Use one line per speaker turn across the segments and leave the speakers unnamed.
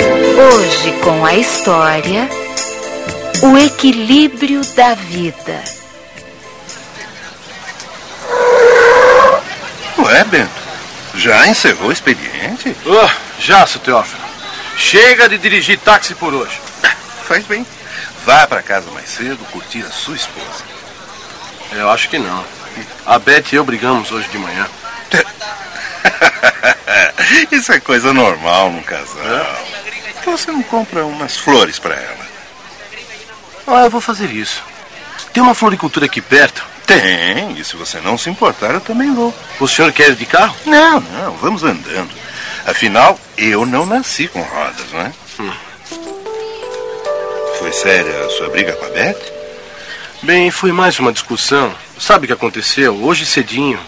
Hoje com a história O equilíbrio da vida.
Ué, Bento, já encerrou o expediente?
Oh, já, seu Teófilo. Chega de dirigir táxi por hoje.
Faz bem. Vá para casa mais cedo curtir a sua esposa.
Eu acho que não. A Beth e eu brigamos hoje de manhã.
Isso é coisa normal num casal. Por que você não compra umas flores para ela?
Ah, eu vou fazer isso. Tem uma floricultura aqui perto.
Tem, e se você não se importar, eu também vou.
O senhor quer ir de carro?
Não, não, vamos andando. Afinal, eu não nasci com rodas, não é? Foi séria a sua briga com a Beth?
Bem, foi mais uma discussão. Sabe o que aconteceu? Hoje cedinho.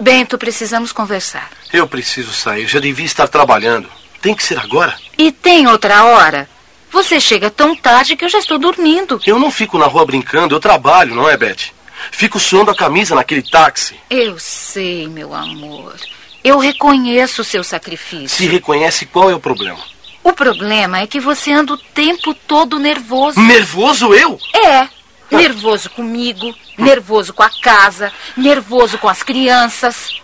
Bento, precisamos conversar.
Eu preciso sair. Já devia estar trabalhando. Tem que ser agora.
E tem outra hora? Você chega tão tarde que eu já estou dormindo.
Eu não fico na rua brincando, eu trabalho, não é, Beth? Fico suando a camisa naquele táxi.
Eu sei, meu amor. Eu reconheço o seu sacrifício.
Se reconhece qual é o problema.
O problema é que você anda o tempo todo nervoso.
Hum. Nervoso eu?
É. Nervoso comigo, nervoso com a casa, nervoso com as crianças.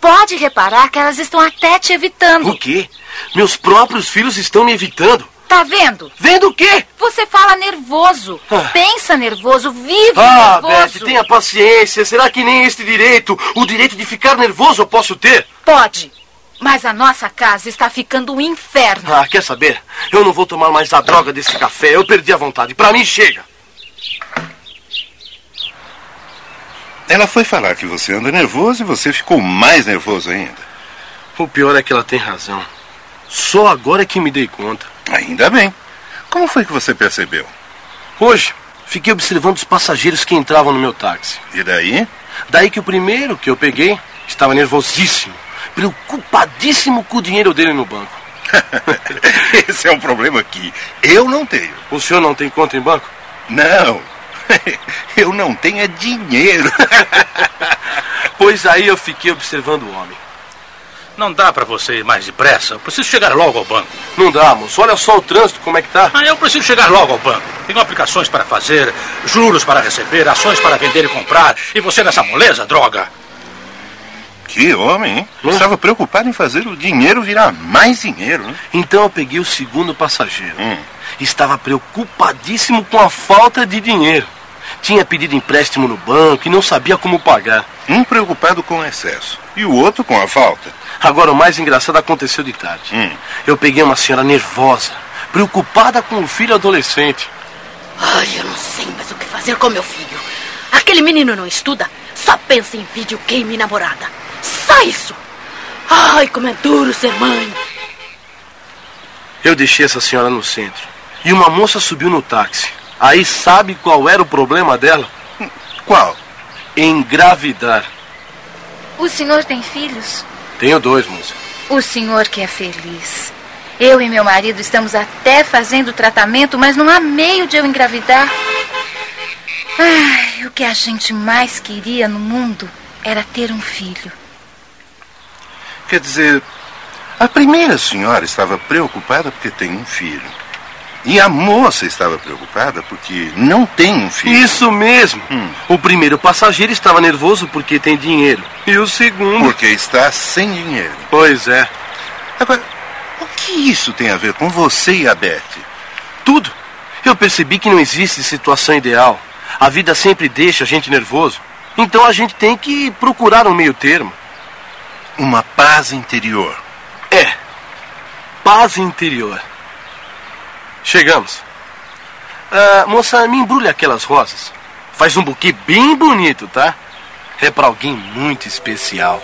Pode reparar que elas estão até te
O
evitando.
quê? Meus próprios filhos estão me evitando.
Tá vendo?
Vendo o quê?
Você fala nervoso,
Ah.
pensa nervoso, vive
Ah,
nervoso.
Beth, tenha paciência. Será que nem este direito, o direito de ficar nervoso, eu posso ter?
Pode. Mas a nossa casa está ficando um inferno.
Ah, quer saber? Eu não vou tomar mais a droga desse café. Eu perdi a vontade. Pra mim, chega.
Ela foi falar que você anda nervoso e você ficou mais nervoso ainda.
O pior é que ela tem razão. Só agora é que me dei conta.
Ainda bem. Como foi que você percebeu?
Hoje, fiquei observando os passageiros que entravam no meu táxi.
E daí?
Daí que o primeiro que eu peguei estava nervosíssimo, preocupadíssimo com o dinheiro dele no banco.
Esse é um problema que eu não tenho.
O senhor não tem conta em banco?
Não. Eu não tenho é dinheiro.
Pois aí eu fiquei observando o homem.
Não dá pra você ir mais depressa. Eu preciso chegar logo ao banco.
Não dá, moço. Olha só o trânsito, como é que tá.
Ah, eu preciso chegar logo ao banco. Tenho aplicações para fazer, juros para receber, ações para vender e comprar. E você nessa moleza, droga?
Que homem, hein?
Hum.
Estava preocupado em fazer o dinheiro virar mais dinheiro, né?
Então eu peguei o segundo passageiro.
Hum.
Estava preocupadíssimo com a falta de dinheiro. Tinha pedido empréstimo no banco e não sabia como pagar.
Um preocupado com o excesso e o outro com a falta.
Agora o mais engraçado aconteceu de tarde.
Hum.
Eu peguei uma senhora nervosa, preocupada com o filho adolescente.
Ai, eu não sei mais o que fazer com meu filho. Aquele menino não estuda, só pensa em videogame e namorada. Só isso! Ai, como é duro ser mãe!
Eu deixei essa senhora no centro. E uma moça subiu no táxi. Aí sabe qual era o problema dela?
Qual?
Engravidar.
O senhor tem filhos?
Tenho dois, moça.
O senhor que é feliz. Eu e meu marido estamos até fazendo tratamento, mas não há meio de eu engravidar. Ai, o que a gente mais queria no mundo era ter um filho.
Quer dizer, a primeira senhora estava preocupada porque tem um filho. E a moça estava preocupada porque não tem um filho.
Isso mesmo.
Hum.
O primeiro passageiro estava nervoso porque tem dinheiro. E o segundo.
Porque está sem dinheiro.
Pois é.
Agora, o que isso tem a ver com você e a Beth?
Tudo. Eu percebi que não existe situação ideal. A vida sempre deixa a gente nervoso. Então a gente tem que procurar um meio termo.
Uma paz interior.
É. Paz interior. Chegamos. Ah, moça, me embrulha aquelas rosas. Faz um buquê bem bonito, tá? É pra alguém muito especial.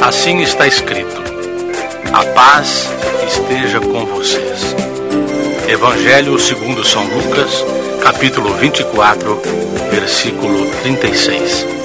Assim está escrito: A paz esteja com vocês. Evangelho segundo São Lucas, capítulo 24, versículo 36.